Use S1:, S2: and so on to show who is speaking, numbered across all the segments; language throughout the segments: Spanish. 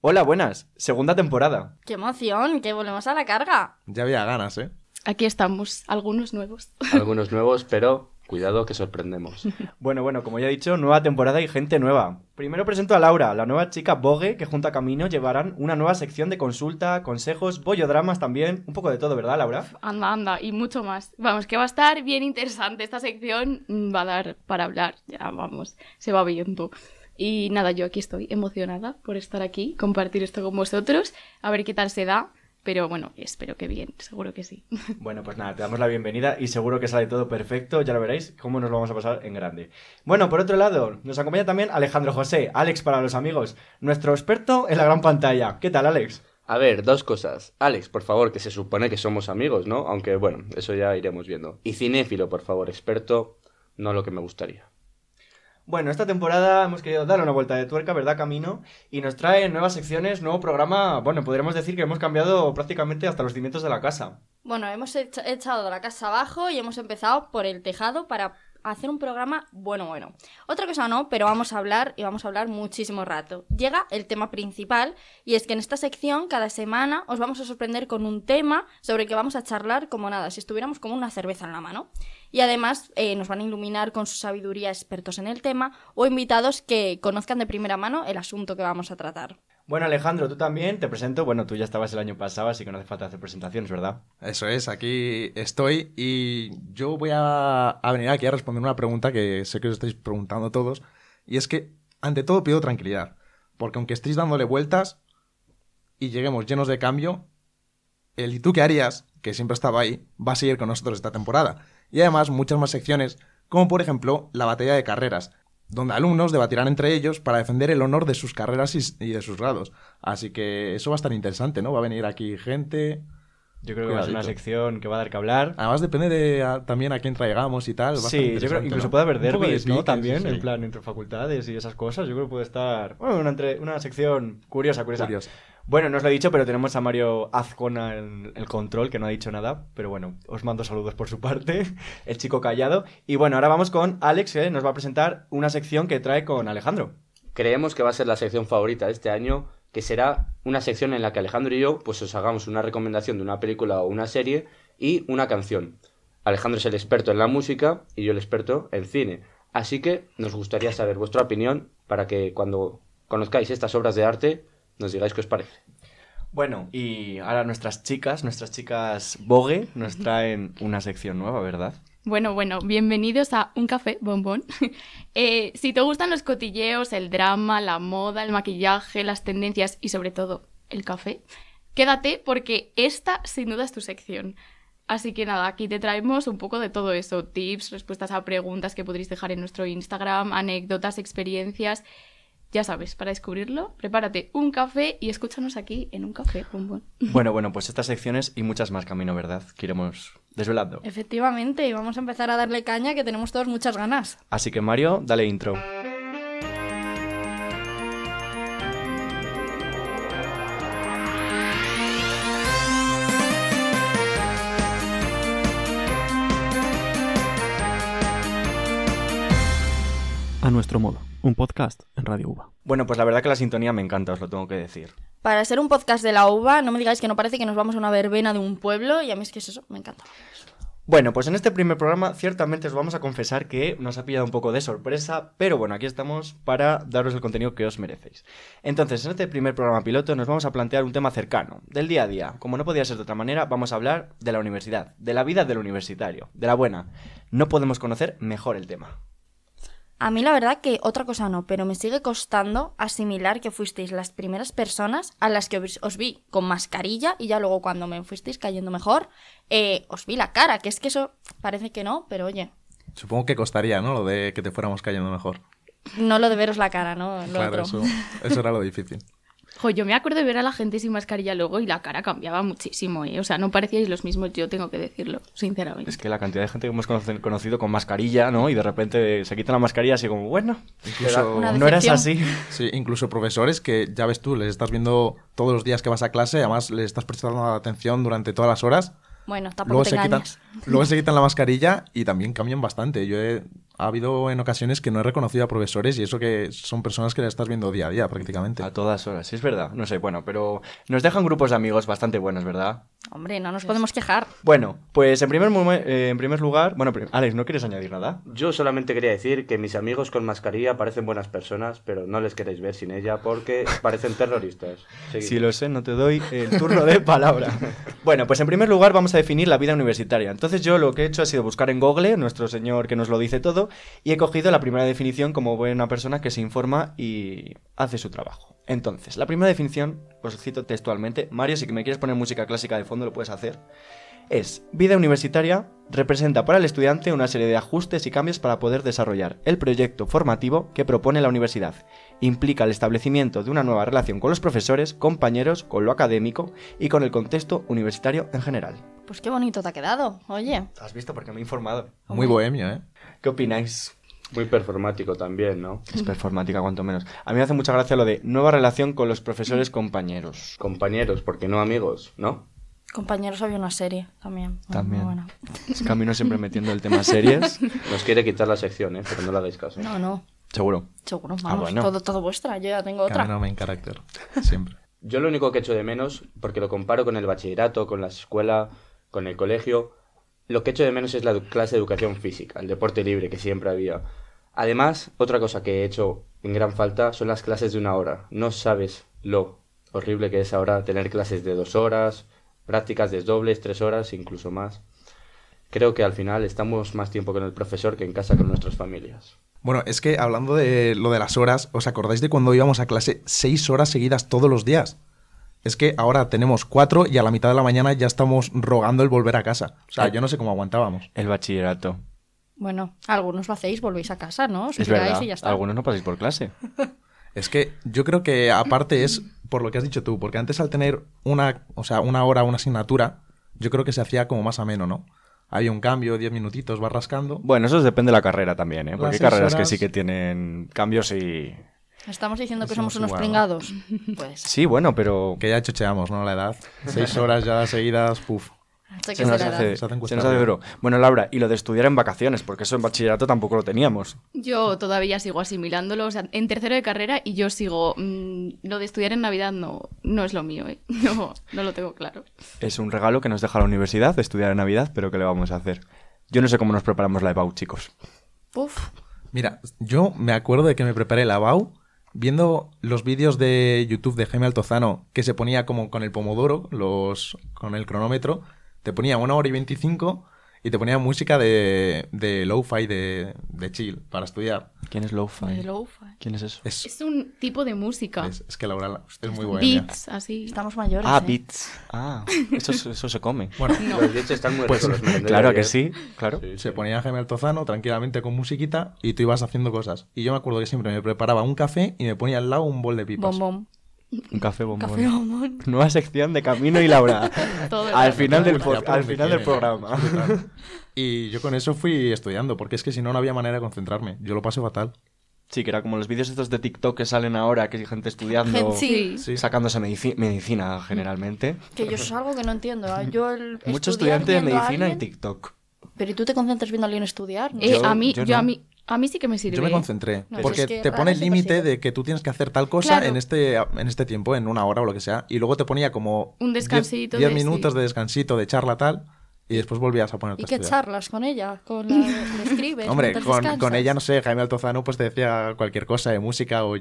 S1: Hola, buenas. Segunda temporada.
S2: ¡Qué emoción! ¡Que volvemos a la carga!
S3: Ya había ganas, ¿eh?
S4: Aquí estamos, algunos nuevos.
S5: Algunos nuevos, pero cuidado que sorprendemos.
S1: Bueno, bueno, como ya he dicho, nueva temporada y gente nueva. Primero presento a Laura, la nueva chica Bogue, que junto a Camino llevarán una nueva sección de consulta, consejos, bollodramas también, un poco de todo, ¿verdad, Laura?
S4: Anda, anda, y mucho más. Vamos, que va a estar bien interesante esta sección, mm, va a dar para hablar, ya vamos, se va viendo. Y nada, yo aquí estoy emocionada por estar aquí, compartir esto con vosotros, a ver qué tal se da, pero bueno, espero que bien, seguro que sí.
S1: Bueno, pues nada, te damos la bienvenida y seguro que sale todo perfecto, ya lo veréis cómo nos lo vamos a pasar en grande. Bueno, por otro lado, nos acompaña también Alejandro José, Alex para los amigos, nuestro experto en la gran pantalla. ¿Qué tal, Alex?
S5: A ver, dos cosas. Alex, por favor, que se supone que somos amigos, ¿no? Aunque bueno, eso ya iremos viendo. Y cinéfilo, por favor, experto, no lo que me gustaría.
S1: Bueno, esta temporada hemos querido dar una vuelta de tuerca, ¿verdad, Camino? Y nos trae nuevas secciones, nuevo programa. Bueno, podríamos decir que hemos cambiado prácticamente hasta los cimientos de la casa.
S2: Bueno, hemos echa- echado la casa abajo y hemos empezado por el tejado para hacer un programa bueno, bueno. Otra cosa no, pero vamos a hablar y vamos a hablar muchísimo rato. Llega el tema principal y es que en esta sección cada semana os vamos a sorprender con un tema sobre el que vamos a charlar como nada, si estuviéramos como una cerveza en la mano. Y además eh, nos van a iluminar con su sabiduría expertos en el tema o invitados que conozcan de primera mano el asunto que vamos a tratar.
S1: Bueno, Alejandro, tú también te presento. Bueno, tú ya estabas el año pasado, así que no hace falta hacer presentaciones, ¿verdad?
S3: Eso es, aquí estoy y yo voy a, a venir aquí a responder una pregunta que sé que os estáis preguntando todos. Y es que, ante todo, pido tranquilidad. Porque aunque estéis dándole vueltas y lleguemos llenos de cambio, el ¿y tú qué harías? que siempre estaba ahí, va a seguir con nosotros esta temporada. Y además muchas más secciones, como por ejemplo la batalla de carreras, donde alumnos debatirán entre ellos para defender el honor de sus carreras y, y de sus grados. Así que eso va a estar interesante, ¿no? Va a venir aquí gente,
S1: Yo creo que va a ser una
S3: Cuidadito.
S1: sección que va a dar que hablar.
S3: Además depende de a- también a quién traigamos y tal. va a estar
S1: Sí, yo creo
S3: interesante,
S1: que incluso
S3: ¿no?
S1: puede haber
S3: Un poco de
S1: derbis, ¿no?
S3: piques,
S1: También,
S3: sí.
S1: en plan, entre facultades y esas cosas. Yo creo que puede estar. Bueno, una, entre- una sección curiosa, curiosa.
S3: Curioso.
S1: Bueno, no os lo he dicho, pero tenemos a Mario Azcona en el control, que no ha dicho nada. Pero bueno, os mando saludos por su parte, el chico callado. Y bueno, ahora vamos con Alex, que nos va a presentar una sección que trae con Alejandro.
S5: Creemos que va a ser la sección favorita de este año, que será una sección en la que Alejandro y yo pues os hagamos una recomendación de una película o una serie y una canción. Alejandro es el experto en la música y yo el experto en cine. Así que nos gustaría saber vuestra opinión para que cuando conozcáis estas obras de arte nos digáis qué os parece.
S1: Bueno, y ahora nuestras chicas, nuestras chicas Bogue, nos traen una sección nueva, ¿verdad?
S4: Bueno, bueno, bienvenidos a Un Café Bombón. Eh, si te gustan los cotilleos, el drama, la moda, el maquillaje, las tendencias y sobre todo el café, quédate porque esta sin duda es tu sección. Así que nada, aquí te traemos un poco de todo eso, tips, respuestas a preguntas que podréis dejar en nuestro Instagram, anécdotas, experiencias. Ya sabes, para descubrirlo, prepárate un café y escúchanos aquí en Un Café Bombón.
S1: Bueno, bueno, pues estas secciones y muchas más camino, ¿verdad? Que iremos desvelando.
S2: Efectivamente, y vamos a empezar a darle caña que tenemos todos muchas ganas.
S1: Así que Mario, dale intro.
S6: A nuestro modo, un podcast en Radio UBA.
S1: Bueno, pues la verdad que la sintonía me encanta, os lo tengo que decir.
S2: Para ser un podcast de la uva, no me digáis que no parece que nos vamos a una verbena de un pueblo y a mí es que es eso, me encanta.
S1: Bueno, pues en este primer programa ciertamente os vamos a confesar que nos ha pillado un poco de sorpresa, pero bueno, aquí estamos para daros el contenido que os merecéis. Entonces, en este primer programa piloto nos vamos a plantear un tema cercano, del día a día. Como no podía ser de otra manera, vamos a hablar de la universidad, de la vida del universitario, de la buena. No podemos conocer mejor el tema.
S2: A mí la verdad que otra cosa no, pero me sigue costando asimilar que fuisteis las primeras personas a las que os, os vi con mascarilla y ya luego cuando me fuisteis cayendo mejor, eh, os vi la cara, que es que eso parece que no, pero oye,
S3: Supongo que costaría, ¿no? Lo de que te fuéramos cayendo mejor.
S2: no lo de veros la cara, ¿no? Lo otro.
S3: claro, eso, eso era lo difícil.
S4: Jo, yo me acuerdo de ver a la gente sin mascarilla luego y la cara cambiaba muchísimo, ¿eh? O sea, no parecíais los mismos, yo tengo que decirlo, sinceramente.
S1: Es que la cantidad de gente que hemos conoce- conocido con mascarilla, ¿no? Y de repente se quita la mascarilla así como, bueno,
S3: Incluso,
S2: Una
S1: no eras así.
S2: decepción.
S3: sí, incluso profesores que ya ves tú, les estás viendo todos los días que vas a clase, además les estás prestando atención durante todas las horas.
S2: Bueno, tampoco
S3: Luego
S2: te
S3: se, quitan,
S2: engañes.
S3: luego se quitan la mascarilla y también cambian bastante. Yo he- ha habido en ocasiones que no he reconocido a profesores y eso que son personas que las estás viendo día a día prácticamente.
S1: A todas horas, sí, es verdad. No sé, bueno, pero nos dejan grupos de amigos bastante buenos, ¿verdad?
S2: Hombre, no nos podemos quejar.
S1: Bueno, pues en primer, momen- eh, en primer lugar, bueno, pri- Alex, ¿no quieres añadir nada?
S5: Yo solamente quería decir que mis amigos con mascarilla parecen buenas personas, pero no les queréis ver sin ella porque parecen terroristas. Seguid.
S1: Si lo sé, no te doy el turno de palabra. Bueno, pues en primer lugar vamos a definir la vida universitaria. Entonces yo lo que he hecho ha sido buscar en Google, nuestro señor que nos lo dice todo, y he cogido la primera definición como buena persona que se informa y hace su trabajo. Entonces, la primera definición, os cito textualmente, Mario, si me quieres poner música clásica de fondo lo puedes hacer, es vida universitaria representa para el estudiante una serie de ajustes y cambios para poder desarrollar el proyecto formativo que propone la universidad. Implica el establecimiento de una nueva relación con los profesores, compañeros, con lo académico y con el contexto universitario en general.
S2: Pues qué bonito te ha quedado, oye.
S1: ¿Has visto? Porque me he informado.
S3: Muy bohemio, ¿eh?
S1: ¿Qué opináis?
S5: Muy performático también, ¿no?
S1: Es performática, cuanto menos. A mí me hace mucha gracia lo de nueva relación con los profesores compañeros.
S5: Compañeros, porque no amigos, ¿no?
S2: Compañeros, había una serie también. muy
S1: También.
S2: buena.
S1: Es que a mí no siempre metiendo el tema series.
S5: Nos quiere quitar la sección, ¿eh? Pero no le hagáis caso.
S2: No, no,
S1: Seguro.
S2: seguro. Vamos,
S1: Ah, bueno.
S2: todo, todo vuestra. Yo ya tengo otra.
S3: Cameraman carácter, siempre.
S5: Yo lo único que echo de menos, porque lo comparo con el bachillerato, con la escuela, con el colegio, lo que echo de menos es la edu- clase de educación física, el deporte libre que siempre había. Además, otra cosa que he hecho en gran falta son las clases de una hora. No sabes lo horrible que es ahora tener clases de dos horas, prácticas de dobles, tres horas, incluso más. Creo que al final estamos más tiempo con el profesor que en casa con nuestras familias.
S3: Bueno, es que hablando de lo de las horas, ¿os acordáis de cuando íbamos a clase seis horas seguidas todos los días? Es que ahora tenemos cuatro y a la mitad de la mañana ya estamos rogando el volver a casa. O sea, yo no sé cómo aguantábamos.
S1: El bachillerato.
S2: Bueno, algunos lo hacéis, volvéis a casa, ¿no? Os
S1: Es
S2: tiráis
S1: verdad.
S2: y ya está.
S1: Algunos no pasáis por clase.
S3: Es que yo creo que aparte es por lo que has dicho tú, porque antes al tener una, o sea, una hora, una asignatura, yo creo que se hacía como más ameno, ¿no? Había un cambio, diez minutitos, vas rascando.
S1: Bueno, eso depende de la carrera también, ¿eh? Porque
S3: Las
S1: hay
S3: seis
S1: carreras que
S3: horas-
S1: sí que tienen cambios y...
S2: Estamos diciendo que
S3: Somos
S2: somos unos
S3: igual.
S2: pringados. Pues,
S1: Sí, bueno, pero...
S3: Que ya chocheamos, ¿no? La edad. Seis horas ya seguidas, puf.
S2: hasta que
S1: Se
S2: se
S1: nos,
S2: le da.
S1: hace,
S3: Se hacen
S1: se
S3: cuesta
S1: nos hace
S3: arriba.
S1: duro. Bueno, Laura, y lo de estudiar en vacaciones, porque eso en bachillerato tampoco lo teníamos.
S4: Yo todavía sigo asimilándolo, o sea, en tercero de carrera y yo sigo, mm, lo de estudiar en Navidad no, no es lo mío, ¿eh? No, no lo tengo claro.
S1: Es un regalo que nos deja la universidad, estudiar en Navidad, pero ¿qué le vamos a hacer? Yo no sé cómo nos preparamos la EBAU, chicos.
S2: Puf.
S3: Mira, yo me acuerdo de que me preparé la BAU viendo los vídeos de YouTube de Jaime Altozano que se ponía como con el pomodoro, los, con el cronómetro, te ponía una hora y 25 y te ponía música de, de lo-fi, de, de chill, para estudiar.
S1: ¿Quién es
S4: De
S1: Lo-Fi?
S4: lo-fi.
S1: ¿Quién es eso?
S3: Es,
S4: Es un tipo de música.
S3: es, es que Laura es muy buena.
S4: Beats, así.
S2: Estamos mayores.
S1: Ah,
S2: ¿eh?
S1: Beats. Ah, eso, se- eso se come.
S3: Bueno,
S5: Los dichos están muy
S3: Pues,
S5: ricos, los merenderos
S1: Claro
S5: de
S1: que sí,
S5: ayer.
S1: claro.
S5: Sí,
S3: se
S5: sí.
S3: ponía Jaime Altozano tranquilamente con musiquita y tú ibas haciendo cosas. Y yo me acuerdo que siempre me preparaba un café y me ponía al lado un bol de pipas.
S1: pues,
S2: Bom, bom.
S1: Un café bombón.
S2: Café bombón.
S1: Nueva sección de Camino y Laura.
S4: Todo el
S1: al
S4: rato,
S1: final
S4: todo
S1: del,
S4: el
S1: po-
S3: rato.
S1: al final del programa.
S3: Y yo con eso fui estudiando, porque es que si no, no había manera de concentrarme. Yo lo pasé fatal.
S1: Sí, que era como los vídeos estos de TikTok que salen ahora, que hay gente estudiando,
S4: Sí.
S3: Sí.
S1: sacándose medici- medicina generalmente.
S2: Que yo eso es algo que no entiendo. ¿eh? Yo el
S1: Mucho
S2: estudiar
S1: estudiante de
S2: viendo a
S1: medicina en
S2: alguien-
S1: TikTok.
S2: Pero ¿y tú te concentras viendo a alguien estudiar? No.
S4: Eh,
S1: Yo-
S4: a mí,
S1: yo
S4: yo,
S1: no.
S4: a mí, a mí sí que me sirve.
S3: Yo me
S4: ¿eh?
S3: concentré,
S2: No,
S3: porque
S2: es que
S3: te
S2: raro
S3: pone
S2: se
S3: el límite
S2: consigue.
S3: de que tú tienes que hacer tal cosa
S4: Claro.
S3: en, este, en este tiempo, en una hora o lo que sea, y luego te ponía como
S4: Un descansito
S3: 10
S4: de-
S3: minutos
S4: sí.
S3: de descansito, de charla tal, y después volvías a ponerte
S1: pues
S2: ¿Y
S3: a
S2: qué
S3: estudiar.
S2: charlas con ella? ¿Con la le escribes?
S3: Hombre,
S2: mientras
S3: con,
S2: descansas?
S3: con ella, no sé, Jaime Altozano pues te decía cualquier cosa de música o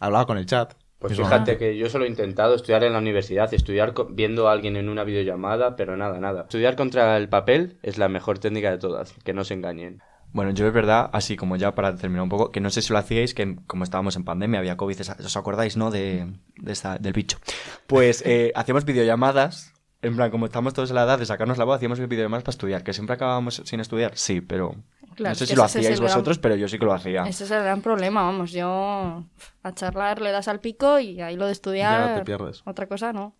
S3: hablaba con el chat.
S5: Pues
S3: Eso.
S5: fíjate que yo solo he intentado estudiar en la universidad, estudiar co- viendo a alguien en una videollamada, pero nada, nada. Estudiar contra el papel es la mejor técnica de todas, que no se engañen.
S1: Bueno, yo es verdad, así como ya para terminar un poco, que no sé si lo hacíais, que como estábamos en pandemia, había COVID, esa- ¿os acordáis, no? De, de esa- del bicho. Pues eh, hacíamos videollamadas, en plan, como estamos todos en la edad de sacarnos la voz, hacíamos videollamadas para estudiar, que siempre acabábamos sin estudiar. Sí, pero
S2: Claro,
S1: no sé
S2: es
S1: si
S2: que
S1: lo
S2: ese es
S1: hacíais
S2: el gran-
S1: vosotros, pero yo sí que lo hacía.
S2: Ese es el gran problema, vamos. Yo a charlar le das al pico y ahí lo de estudiar.
S3: Ya te pierdes.
S2: Otra cosa no.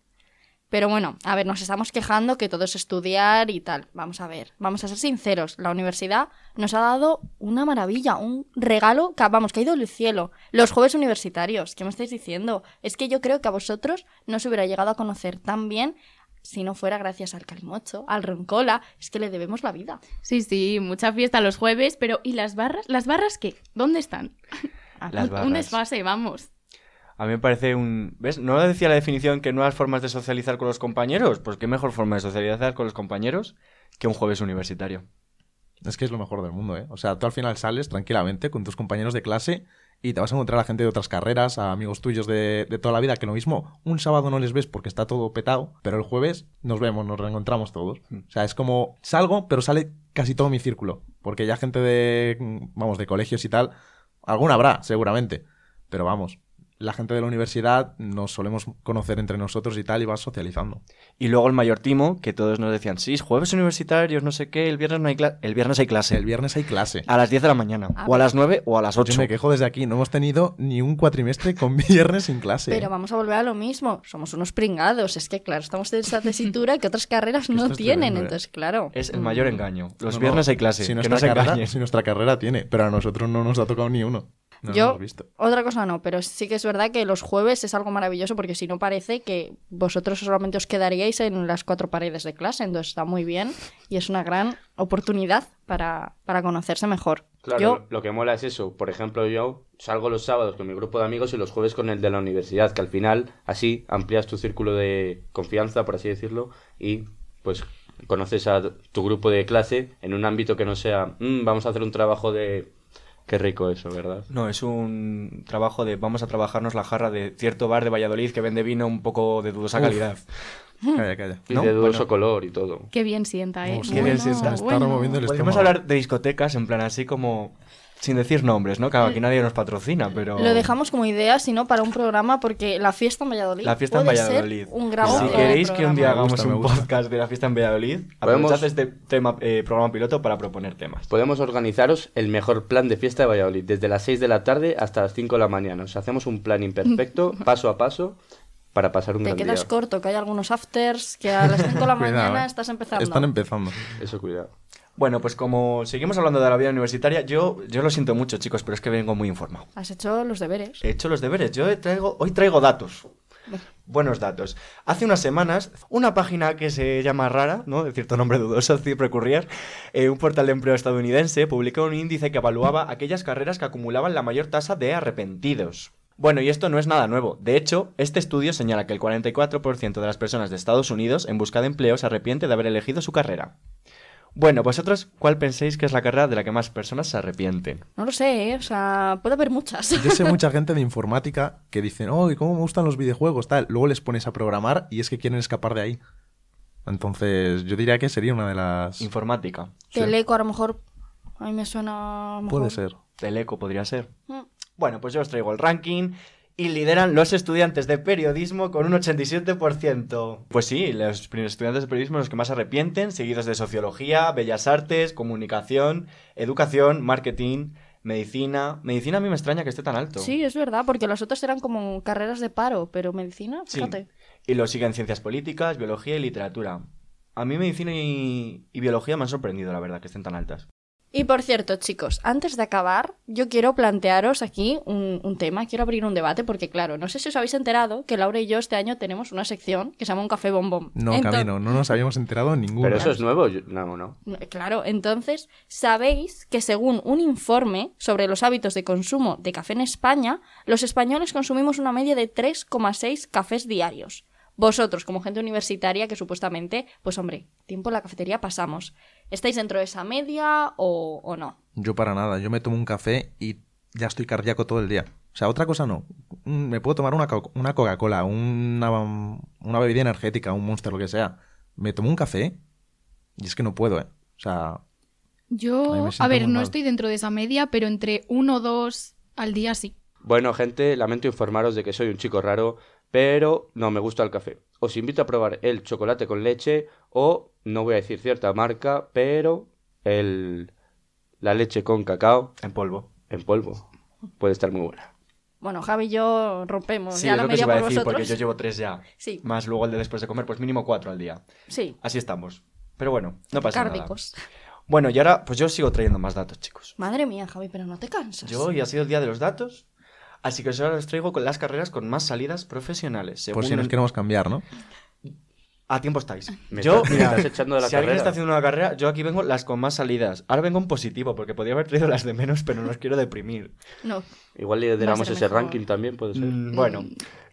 S2: Pero bueno, a ver, nos estamos quejando que todo es estudiar y tal. Vamos a ver, vamos a ser sinceros. La universidad nos ha dado una maravilla, un regalo que, vamos, caído del cielo. Los jueves universitarios, ¿qué me estáis diciendo? Es que yo creo que a vosotros no se hubiera llegado a conocer tan bien si no fuera gracias al calimocho, al roncola, es que le debemos la vida.
S4: Sí, sí, mucha fiesta los jueves, pero ¿y las barras? ¿Las barras qué? ¿Dónde están?
S1: Las
S4: un, un
S1: barras.
S4: desfase, vamos.
S1: A mí me parece un... ¿Ves? ¿No decía la definición que nuevas formas de socializar con los compañeros? Pues qué mejor forma de socializar con los compañeros que un jueves universitario.
S3: Es que es lo mejor del mundo, ¿eh? O sea, tú al final sales tranquilamente con tus compañeros de clase y te vas a encontrar a gente de otras carreras, a amigos tuyos de, de toda la vida, que lo mismo, un sábado no les ves porque está todo petado, pero el jueves nos vemos, nos reencontramos todos. O sea, es como salgo, pero sale casi todo mi círculo, porque ya gente de, mm, vamos, de colegios y tal, alguna habrá, seguramente, pero vamos. La gente de la universidad nos solemos conocer entre nosotros y tal y vas socializando.
S1: Y luego el mayor timo, que todos nos decían, sí, jueves universitarios, no sé qué, el viernes no hay clase. El viernes hay clase.
S3: El viernes hay clase.
S1: A las 10 de la mañana.
S2: Ah,
S1: o a las 9 o a las 8.
S3: Yo me quejo desde aquí, no hemos tenido ni un cuatrimestre con viernes sin clase.
S2: Pero vamos a volver a lo mismo, somos unos pringados, es que claro, estamos en esa tesitura que otras carreras
S3: Que
S2: no
S3: esto es
S2: tienen,
S3: tremendo, ¿eh?
S2: entonces claro.
S1: Es el mayor engaño. Los
S3: No, no,
S1: viernes hay clase.
S3: Si
S1: que
S3: nuestra,
S1: no se
S3: carrera,
S1: engañen.
S3: si nuestra carrera tiene, pero a nosotros no nos ha tocado ni uno. No lo
S2: Yo-
S3: hemos visto.
S2: Otra cosa no, pero sí que es verdad que los jueves es algo maravilloso porque si no parece que vosotros solamente os quedaríais en las cuatro paredes de clase, entonces está muy bien y es una gran oportunidad para, para conocerse mejor.
S5: Claro,
S2: Yo,
S5: lo que mola es eso. Por ejemplo, yo salgo los sábados con mi grupo de amigos y los jueves con el de la universidad, que al final así amplías tu círculo de confianza, por así decirlo, y pues conoces a tu grupo de clase en un ámbito que no sea, "Mm, vamos a hacer un trabajo de... Qué rico eso, ¿verdad?
S1: No, es un trabajo de vamos a trabajarnos la jarra de cierto bar de Valladolid que vende vino un poco de dudosa
S3: Uf.
S1: calidad.
S3: Calla, calla.
S5: Y
S3: ¿No?
S5: de dudoso color y todo.
S4: Qué bien sienta, ¿eh?
S3: Vamos,
S1: qué bien sienta.
S3: Está removiendo el
S1: Podríamos
S3: estómago.
S1: hablar de discotecas en plan así como sin decir nombres, ¿no? Que aquí nadie nos patrocina, pero
S2: Lo dejamos como idea, si no, para un programa, porque la fiesta en Valladolid.
S1: la fiesta en
S2: puede ser
S1: Valladolid.
S2: un gran
S1: si
S2: programa.
S1: queréis que un día
S3: Me gusta,
S1: hagamos
S3: me
S1: un
S3: gusta.
S1: podcast de la fiesta en Valladolid,
S5: Podemos-
S1: aprovechad este tema, eh, programa piloto para proponer temas.
S3: Pues
S5: Podemos organizaros el mejor plan de fiesta de Valladolid, desde las 6 de la tarde hasta las 5 de la mañana. Os hacemos un plan imperfecto, paso a paso, para pasar un
S2: Te
S5: gran día.
S2: quedas corto, que hay algunos afters, que a las 5 de la
S3: Cuidado,
S2: mañana
S3: eh.
S2: estás empezando.
S3: Están empezando.
S5: Eso, cuidado.
S1: Bueno, pues como seguimos hablando de la vida universitaria, yo, yo lo siento mucho, chicos, pero es que vengo muy informado.
S2: Has hecho los deberes.
S1: He hecho los deberes. Yo traigo, hoy traigo datos. Buenos datos. Hace unas semanas, una página que se llama Rara, ¿no? de cierto nombre dudoso, siempre ocurría, eh, un portal de empleo estadounidense, publicó un índice que evaluaba aquellas carreras que acumulaban la mayor tasa de arrepentidos. Bueno, y esto no es nada nuevo. De hecho, este estudio señala que el 44% de las personas de Estados Unidos en busca de empleo se arrepiente de haber elegido su carrera. Bueno, vosotros, ¿cuál pensáis que es la carrera de la que más personas se arrepienten?
S2: No lo sé, ¿eh? o sea, puede haber muchas.
S3: Yo sé mucha gente de informática que dicen, oh, ¿y cómo me gustan los videojuegos? Tal. Luego les pones a programar y es que quieren escapar de ahí. Entonces, yo diría que sería una de las.
S1: Informática.
S2: Teleco, a lo mejor. A mí me suena. a lo
S3: Puede
S2: mejor.
S3: ser.
S1: Teleco podría ser.
S2: Mm.
S1: Bueno, pues yo os traigo el ranking y lideran los estudiantes de periodismo con un 87%. Pues sí, los primeros estudiantes de periodismo los que más se arrepienten, seguidos de sociología, bellas artes, comunicación, educación, marketing, medicina. Medicina a mí me extraña que esté tan alto.
S2: Sí, es verdad, porque los otros eran como carreras de paro, pero medicina,
S1: Sí.
S2: fíjate.
S1: Y lo siguen ciencias políticas, biología y literatura. A mí medicina y, y biología me han sorprendido, la verdad, que estén tan altas.
S2: Y por cierto, chicos, antes de acabar, yo quiero plantearos aquí un, un tema, quiero abrir un debate, porque claro, no sé si os habéis enterado que Laura y yo este año tenemos una sección que se llama Un Café Bombón.
S3: No,
S2: Ento-
S3: Camino, no nos habíamos enterado ninguno.
S5: Pero eso es nuevo, yo- no, no.
S2: Eh, Claro, entonces, sabéis que según un informe sobre los hábitos de consumo de café en España, los españoles consumimos una media de 3,6 cafés diarios. Vosotros, como gente universitaria que supuestamente, pues hombre, tiempo en la cafetería pasamos. ¿Estáis dentro de esa media o, o no?
S3: Yo para nada, yo me tomo un café y ya estoy cardíaco todo el día. O sea, otra cosa no. Mm, Me puedo tomar una, co- una Coca-Cola, una, una bebida energética, un monster, lo que sea. Me tomo un café y es que no puedo, ¿eh? O sea, A mí
S4: Yo,
S3: me
S4: a
S3: sienta
S4: ver,
S3: muy
S4: no
S3: mal.
S4: estoy dentro de esa media, pero entre uno o dos al día sí.
S5: Bueno, gente, lamento informaros de que soy un chico raro, pero no me gusta el café. Os invito a probar el chocolate con leche o, no voy a decir cierta marca, pero el, la leche con cacao
S1: En polvo.
S5: en polvo. Puede estar muy buena.
S2: Bueno, Javi y yo rompemos
S1: Sí,
S2: ya
S1: es
S2: la
S1: lo que os
S2: media
S1: iba
S2: por
S1: a decir, porque
S2: vosotros.
S1: yo llevo tres ya.
S2: Sí.
S1: Más luego el de después de comer, pues mínimo cuatro al día.
S2: Sí,
S1: Así estamos. Pero bueno, no pasa nada.
S2: cárdicos.
S1: Bueno, y ahora pues yo sigo trayendo más datos, chicos.
S2: Madre mía, Javi, pero no te cansas.
S1: Yo hoy ha sido el día de los datos, así que ahora os traigo con las carreras con más salidas profesionales.
S3: por si
S1: según-
S3: nos queremos cambiar, ¿no?
S1: A tiempo estáis.
S5: Me
S1: yo,
S5: estás- me
S1: mira,
S5: estás echando de la
S1: si alguien
S5: carrera.
S1: está haciendo una carrera, yo aquí vengo las con más salidas. Ahora vengo en positivo, porque podría haber traído las de menos, pero no os quiero deprimir.
S2: No.
S5: Igual lideramos
S2: ser
S5: ese
S2: mejor.
S5: ranking también, puede ser.
S1: Mm, Bueno,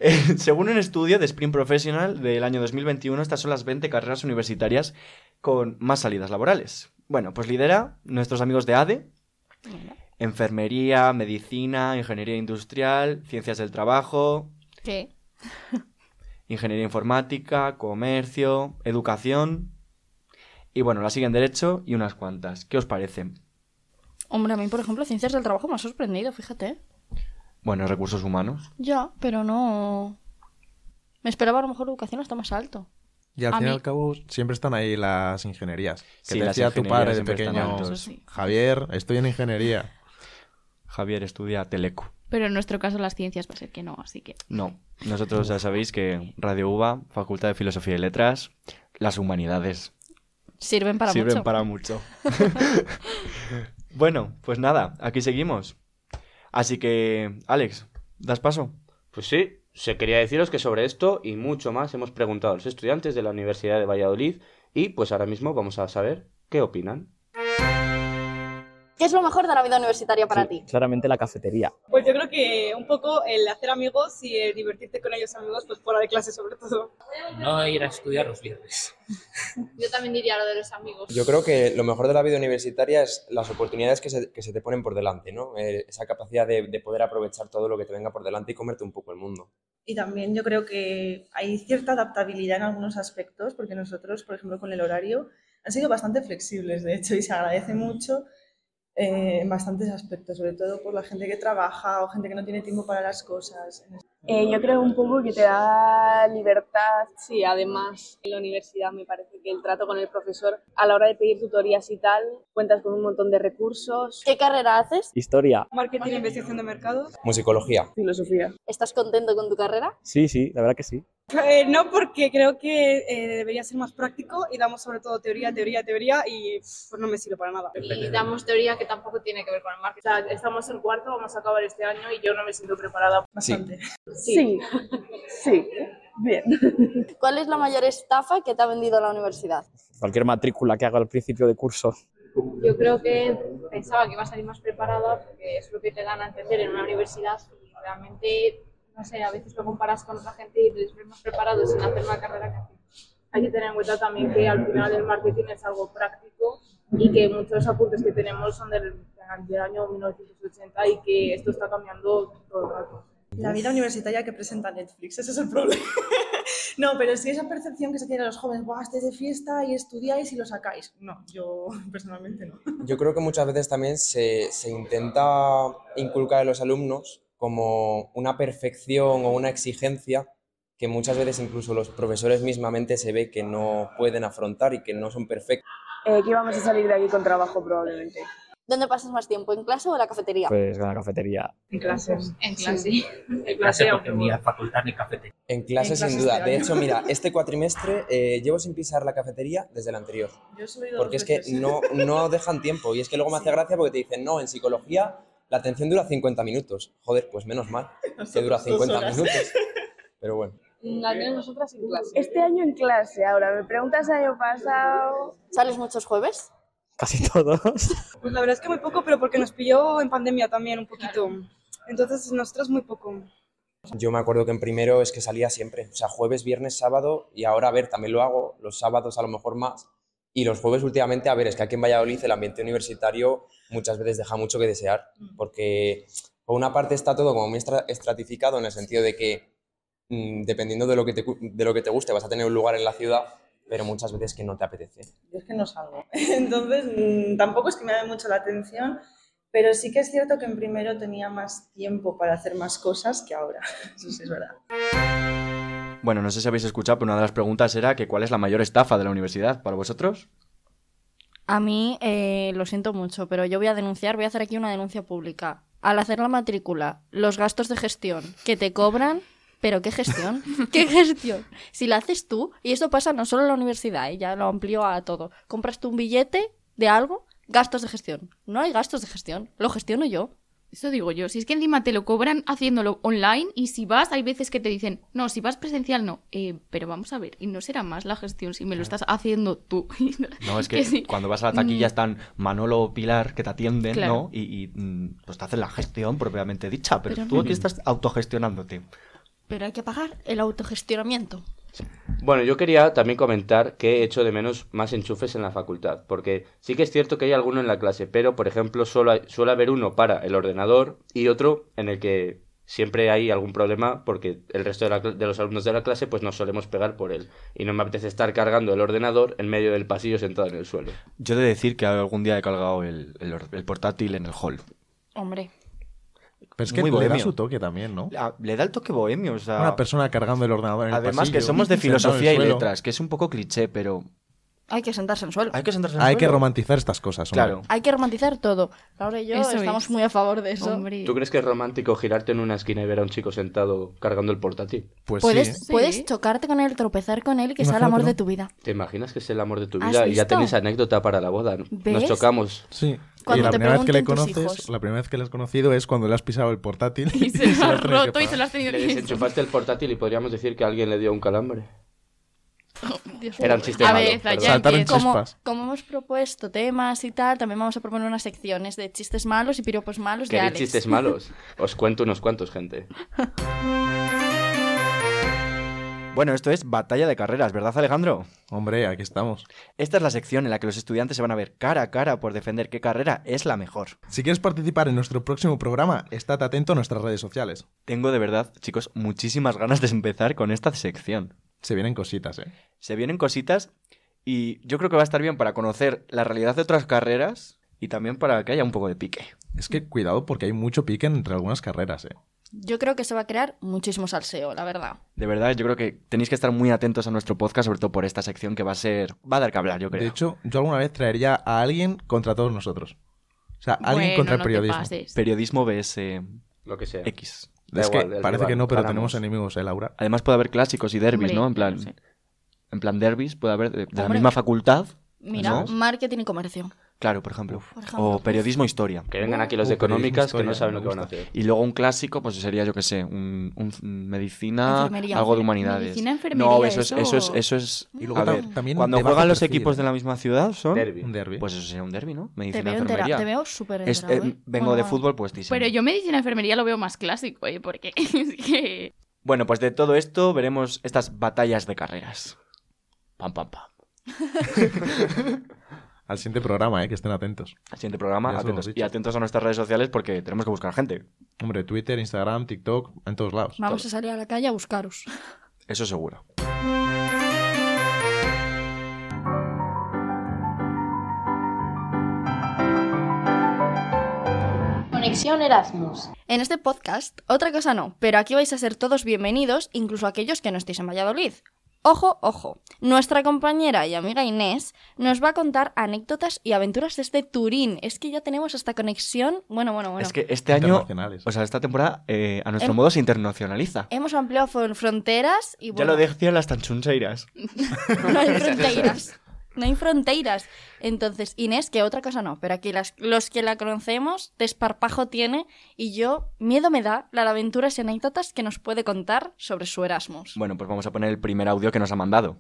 S1: Eh, según un estudio de Spring Professional del año 2021, estas son las 20 carreras universitarias con más salidas laborales. Bueno, pues lidera nuestros amigos de ADE, enfermería, medicina, ingeniería industrial, ciencias del trabajo,
S2: ¿Qué?
S1: ingeniería informática, comercio, educación. Y bueno, la siguen derecho y unas cuantas. ¿Qué os parece?
S2: Hombre, a mí, por ejemplo, ciencias del trabajo me ha sorprendido, fíjate.
S1: Bueno, recursos humanos.
S2: Ya, pero no. Me esperaba a lo mejor educación hasta más alto.
S3: Y al
S4: A
S3: fin y
S4: mí-
S3: al cabo siempre están ahí las ingenierías. Que
S1: Sí,
S3: te
S1: las
S3: decía tu
S1: ingenierías
S3: padre de
S1: siempre están
S3: pequeño,
S1: altos.
S4: Eso sí.
S3: Javier, estoy en ingeniería.
S1: Javier estudia Teleco.
S4: Pero en nuestro caso las ciencias va a ser que no, así que...
S1: No, nosotros ya sabéis que Radio UBA, Facultad de Filosofía y Letras, las humanidades
S2: Sirven para
S1: sirven
S2: mucho.
S1: para mucho. bueno, pues nada, aquí seguimos. Así que, Alex, ¿das paso?
S5: Pues sí, se quería deciros que sobre esto y mucho más hemos preguntado a los estudiantes de la Universidad de Valladolid y pues ahora mismo vamos a saber qué opinan.
S2: ¿Qué es lo mejor de la vida universitaria
S7: Sí, Claramente la cafetería.
S8: Pues yo creo que un poco el hacer amigos y el divertirte con ellos amigos, pues fuera de clase sobre todo.
S9: No ir a estudiar los viernes.
S10: Yo también diría lo de los amigos.
S11: Yo creo que lo mejor de la vida universitaria es las oportunidades que se, que se te ponen por delante, ¿no? Eh, esa capacidad de, de poder aprovechar todo lo que te venga por delante y comerte un poco el mundo.
S8: Y también yo creo que hay cierta adaptabilidad en algunos aspectos, porque nosotros, por ejemplo, con el horario han sido bastante flexibles, de hecho, y se agradece mucho eh, en bastantes aspectos, sobre todo por la gente que trabaja o gente que no tiene tiempo para las cosas.
S10: Eh, yo creo un poco que te da libertad. Sí, además en la universidad me parece que el trato con el profesor a la hora de pedir tutorías y tal, cuentas con un montón de recursos.
S2: ¿Qué carrera haces?
S7: Historia.
S8: Marketing, investigación de mercados.
S11: Musicología.
S7: Filosofía.
S2: ¿Estás contento con tu carrera?
S7: Sí, sí, la verdad que sí.
S8: Eh, no, porque creo que eh, debería ser más práctico y damos sobre todo teoría, teoría, teoría y pff, pues no me sirve para nada.
S10: Y damos teoría que tampoco tiene que ver con el marketing. estamos en cuarto, vamos a acabar este año y yo no me siento preparada.
S8: Bastante.
S10: Sí.
S8: sí, bien.
S2: ¿Cuál es la mayor estafa que te ha vendido la universidad?
S7: Cualquier matrícula que haga al principio de curso.
S10: Yo creo que pensaba que iba a salir más preparada porque es lo que te dan a entender en una universidad y realmente, no sé, a veces lo comparas con otra gente y te ves más preparado sin hacer una carrera que hacer. Hay que tener en cuenta también que al final el marketing es algo práctico y que muchos apuntes que tenemos son del, del año 1980 y que esto está cambiando todo el rato.
S8: La vida universitaria que presenta Netflix, ese es el problema. No, pero sí esa percepción que se tiene a los jóvenes, Buah, estáis de fiesta y estudiáis y lo sacáis. No, yo personalmente no.
S11: Yo creo que muchas veces también se, se intenta inculcar a los alumnos como una perfección o una exigencia que muchas veces incluso los profesores mismamente se ve que no pueden afrontar y que no son perfectos.
S8: Eh,
S10: que íbamos a salir de aquí con trabajo probablemente.
S2: ¿Dónde pasas más tiempo, en clase o en la cafetería?
S7: Pues en la cafetería.
S8: En clases.
S10: En clase. En
S9: Clase porque ni a facultad ni cafetería.
S11: En clase, sin
S8: clases
S11: duda.
S8: este
S11: De
S8: año.
S11: hecho, mira, este cuatrimestre eh, llevo sin pisar la cafetería desde el anterior.
S8: Yo solo he ido
S11: Porque es
S8: dos
S11: que
S8: veces.
S11: no, no dejan tiempo. Y es que luego me hace gracia porque te dicen, no, en psicología la atención dura 50 minutos. Joder, pues menos mal que dura
S8: Nosotros dos
S11: 50
S8: horas.
S11: minutos. Pero bueno.
S10: La tenemos nosotras en clase.
S8: Este
S10: año en clase, ahora me preguntas año pasado.
S2: ¿Sales muchos jueves?
S7: Casi todos.
S8: Pues la verdad es que muy poco, pero porque nos pilló en pandemia también un poquito. Entonces nosotros muy poco.
S11: Yo me acuerdo que en primero es que salía siempre. O sea, jueves, viernes, sábado. Y ahora, a ver, también lo hago. Los sábados a lo mejor más. Y los jueves últimamente, a ver, es que aquí en Valladolid el ambiente universitario muchas veces deja mucho que desear. Porque por una parte está todo como muy estra- estratificado en el sentido de que mm, dependiendo de lo que, te, cu- de lo que te guste vas a tener un lugar en la ciudad, pero muchas veces que no te apetece.
S8: Yo es que no salgo. Entonces mm, tampoco es que me llame mucho la atención, pero sí que es cierto que en primero tenía más tiempo para hacer más cosas que ahora. Eso sí es verdad.
S1: Bueno, no sé si habéis escuchado, pero una de las preguntas era que cuál es la mayor estafa de la universidad para vosotros.
S2: A mí, eh, lo siento mucho, pero yo voy a denunciar, voy a hacer aquí una denuncia pública. Al hacer la matrícula, los gastos de gestión que te cobran, pero ¿qué gestión? ¿Qué gestión? Si la haces tú, y esto pasa no solo en la universidad, ¿eh? ya lo amplío a todo. Compras tú un billete de algo, gastos de gestión. No hay gastos de gestión, lo gestiono yo.
S4: Eso digo yo. Si es que encima te lo cobran haciéndolo online y si vas, hay veces que te dicen, no, si vas presencial, no. Eh, pero vamos a ver, ¿y no será más la gestión si me lo estás haciendo tú?
S1: No, es que,
S4: Que sí.
S1: cuando vas a la taquilla
S4: Mm.
S1: están Manolo o Pilar que te atienden,
S4: Claro.
S1: ¿no? Y, y, mm, pues te hacen la gestión propiamente dicha, pero,
S2: Pero
S1: tú
S2: no-
S1: aquí estás autogestionándote.
S2: Pero hay que pagar el autogestionamiento.
S5: Bueno, yo quería también comentar que he hecho de menos más enchufes en la facultad, porque sí que es cierto que hay alguno en la clase, pero por ejemplo solo hay- suele haber uno para el ordenador y otro en el que siempre hay algún problema porque el resto de, la cl- de los alumnos de la clase pues nos solemos pegar por él y no me apetece estar cargando el ordenador en medio del pasillo sentado en el suelo.
S1: Yo he de decir que algún día he colgado el, el or- el portátil en el hall.
S2: Hombre.
S3: Pero es que
S1: Muy
S3: le da
S1: bohemio.
S3: su toque también, ¿no?
S1: La- Ah, Le da el toque bohemio, o sea...
S3: Una persona cargando el ordenador en el
S1: Además que
S3: pasillo,
S1: somos de
S3: sentado en el
S1: filosofía y
S3: suelo.
S1: letras, que es un poco cliché, pero
S2: Hay que sentarse en suelo.
S1: hay que sentarse en
S3: Hay que
S1: suelo.
S3: romantizar estas cosas. hombre.
S1: Claro.
S2: Hay que romantizar todo. Laura y yo
S4: Eso
S2: estamos
S4: es.
S2: muy a favor de eso.
S4: Hombre.
S5: ¿Tú crees que es romántico girarte en una esquina y ver a un chico sentado cargando el portátil?
S3: Pues sí.
S2: puedes,
S4: Sí.
S2: puedes chocarte con él, tropezar con él, que sea el
S3: Imagínatelo.
S2: amor de tu vida.
S5: ¿Te imaginas que es el amor de tu
S2: ¿Has
S5: vida y ya
S2: visto?
S5: tenéis anécdota para la boda? Nos
S2: ¿Ves?
S5: chocamos.
S3: Sí.
S2: Cuando
S3: y la
S2: te
S3: primera vez que le
S2: pregunten tus
S3: conoces,
S2: hijos.
S3: la primera vez que le has conocido es cuando le has pisado el portátil
S4: Y se lo has
S3: has tenido que
S4: roto y
S3: pagar.
S4: se lo has tenido
S5: Le
S4: que...
S5: desenchufaste el portátil y podríamos decir que alguien le dio un calambre.
S2: Dios
S5: Era un
S2: mío.
S5: chiste
S4: A
S5: malo,
S4: ver,
S5: perdón.
S4: Zayan,
S3: Saltaron
S4: que-
S2: como,
S3: chispas.
S2: como hemos propuesto temas y tal, también vamos a proponer unas secciones de chistes malos y piropos malos Pues de
S5: ¿Queréis
S2: Alex.
S5: chistes malos? Os cuento unos cuantos, gente.
S1: Bueno, esto es batalla de carreras, ¿verdad, Alejandro?
S3: Hombre, aquí estamos.
S1: Esta es la sección en la que los estudiantes se van a ver cara a cara por defender qué carrera es la mejor.
S3: Si quieres participar en nuestro próximo programa, estate atento a nuestras redes sociales.
S1: Tengo de verdad, chicos, muchísimas ganas de empezar con esta sección.
S3: Se vienen cositas, ¿eh?
S1: Se vienen cositas y yo creo que va a estar bien para conocer la realidad de otras carreras y también para que haya un poco de pique.
S3: Es que cuidado porque hay mucho pique entre algunas carreras, ¿eh?
S2: Yo creo que se va a crear muchísimo salseo, la verdad.
S1: De verdad, yo creo que tenéis que estar muy atentos a nuestro podcast, sobre todo por esta sección que va a ser... Va a dar que hablar, yo creo.
S3: De hecho, yo alguna vez traería a alguien contra todos nosotros. O sea, alguien
S4: Bueno,
S3: contra el
S4: no te
S3: periodismo.
S4: pases.
S1: periodismo BS
S5: Lo que sea.
S1: X.
S5: Da
S3: es que
S5: igual, del
S3: parece
S5: rival,
S3: que no, pero
S5: ganamos.
S3: tenemos enemigos, ¿eh, Laura?
S1: Además puede haber clásicos y derbis,
S4: Hombre,
S1: ¿no? En plan,
S4: no sé.
S1: en plan derbis puede haber de, de la
S2: Hombre.
S1: misma facultad.
S2: Mira,
S1: ¿no?
S2: marketing y comercio.
S1: Claro, por ejemplo.
S2: Por ejemplo.
S1: O periodismo e historia.
S5: Que vengan aquí los de
S3: Uh, periodismo,
S5: económicas que
S3: historia,
S5: no saben lo
S3: me
S5: que van a
S3: gusta.
S5: hacer.
S1: Y luego un clásico, pues sería, yo qué sé, un, un- un medicina,
S2: Enfermería,
S1: algo de
S2: enfer-
S1: humanidades.
S4: medicina, enfermería,
S1: no, eso, es,
S4: eso.
S1: eso es, eso es.
S3: Y luego
S1: a
S3: tam-
S1: ver,
S3: también
S1: cuando
S3: de bajo
S1: juegan los
S3: perfil. ¿eh?
S1: equipos de la misma ciudad son.
S5: Derbi.
S3: Un derbi.
S1: Pues eso sería un derbi, ¿no?
S2: Te
S1: Medicina,
S2: veo, entera-
S1: enfermería.
S2: te veo súper
S1: Es-
S2: enterado,
S1: eh,
S2: ¿eh?
S1: vengo
S2: Bueno,
S1: de
S2: va.
S1: fútbol, pues diseño.
S4: Pero yo medicina enfermería lo veo más clásico, ¿eh? Porque es que...
S1: Bueno, pues de todo esto veremos estas batallas de carreras. Pam, pam, pam.
S3: Al siguiente programa, ¿eh? Que estén atentos.
S1: Al siguiente programa,
S3: Ya se lo hemos
S1: atentos. Y
S3: dicho.
S1: atentos a nuestras redes sociales porque tenemos que buscar gente.
S3: Hombre, Twitter, Instagram, TikTok, en todos lados.
S2: Vamos a salir a la calle a buscaros.
S1: Eso seguro.
S12: Conexión Erasmus.
S2: En este podcast, otra cosa no, pero aquí vais a ser todos bienvenidos, incluso aquellos que no estéis en Valladolid. Ojo, ojo, nuestra compañera y amiga Inés nos va a contar anécdotas y aventuras desde Turín. Es que ya tenemos esta conexión. Bueno, bueno, bueno.
S1: Es que este año,
S3: Internacionales.
S1: o sea, esta temporada, eh, a nuestro
S2: Em-
S1: modo se internacionaliza.
S2: Hemos ampliado fron- fronteras y
S1: Ya
S2: bueno,
S1: lo decían las tanchuncheiras.
S2: no hay fronteras. No hay fronteras. Entonces, Inés, que otra cosa no, pero aquí las, los que la conocemos, desparpajo tiene y yo, miedo me da las aventuras y anécdotas que nos puede contar sobre su Erasmus.
S1: Bueno, pues vamos a poner el primer audio que nos ha mandado.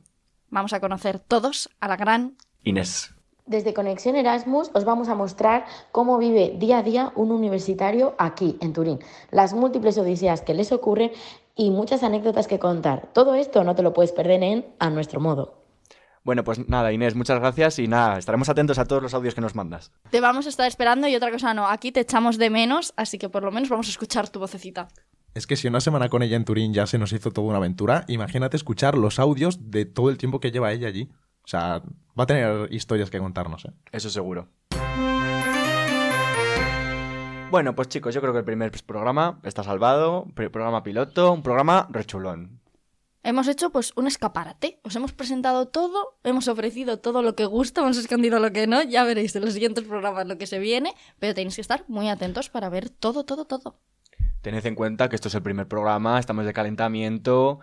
S2: Vamos a conocer todos a la gran.
S1: Inés.
S12: Desde Conexión Erasmus os vamos a mostrar cómo vive día a día un universitario aquí en Turín, las múltiples odiseas que les ocurren y muchas anécdotas que contar. Todo esto no te lo puedes perder en A Nuestro Modo.
S1: Bueno, pues nada, Inés, muchas gracias y nada, estaremos atentos a todos los audios que nos mandas.
S2: Te vamos a estar esperando y otra cosa no, aquí te echamos de menos, así que por lo menos vamos a escuchar tu vocecita.
S3: Es que si una semana con ella en Turín ya se nos hizo toda una aventura, imagínate escuchar los audios de todo el tiempo que lleva ella allí. O sea, va a tener historias que contarnos, ¿eh?
S1: Eso seguro. Bueno, pues chicos, yo creo que el primer programa está salvado, pr- programa piloto, un programa rechulón.
S2: Hemos hecho pues un escaparate, os hemos presentado todo, hemos ofrecido todo lo que gusta, hemos escondido lo que no, ya veréis en los siguientes programas lo que se viene, pero tenéis que estar muy atentos para ver todo, todo, todo.
S1: Tened en cuenta que esto es el primer programa, estamos de calentamiento.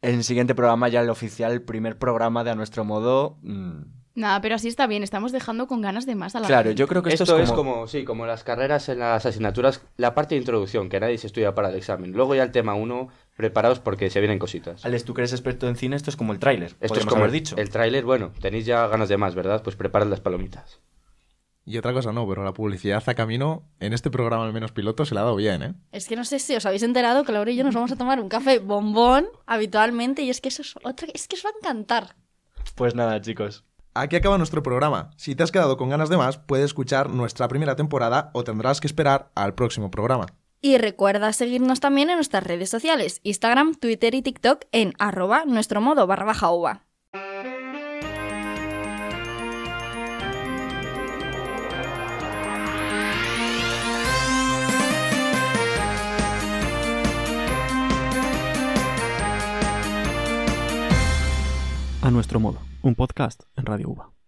S1: El siguiente programa ya el oficial, el primer programa de A Nuestro Modo, mm,
S4: Nada, pero así está bien, estamos dejando con ganas de más a la
S1: Claro,
S4: gente.
S1: yo creo que esto,
S5: Esto
S1: es
S5: es
S1: como...
S5: como, sí, como las carreras en las asignaturas, la parte de introducción, que nadie se estudia para el examen. Luego ya el tema 1, preparaos porque se vienen cositas.
S1: Alex, tú que eres experto en cine, esto es como el tráiler.
S5: Esto es
S1: podríamos
S5: como
S1: haber
S5: el-
S1: dicho.
S5: el tráiler, bueno, tenéis ya ganas de más, ¿verdad? Pues preparad las palomitas.
S3: Y otra cosa no, pero la publicidad a camino, en este programa al menos piloto, se la ha dado bien, ¿eh?
S2: Es que no sé si os habéis enterado que Laura y yo nos vamos a tomar un café bombón habitualmente y es que eso es otra... Es que os va a encantar.
S1: Pues nada, chicos.
S3: Aquí acaba nuestro programa. Si te has quedado con ganas de más, puedes escuchar nuestra primera temporada o tendrás que esperar al próximo programa.
S2: Y recuerda seguirnos también en nuestras redes sociales, Instagram, Twitter y TikTok en arroba nuestro modo barra baja uva.
S6: A nuestro modo, un podcast en Radio UBA.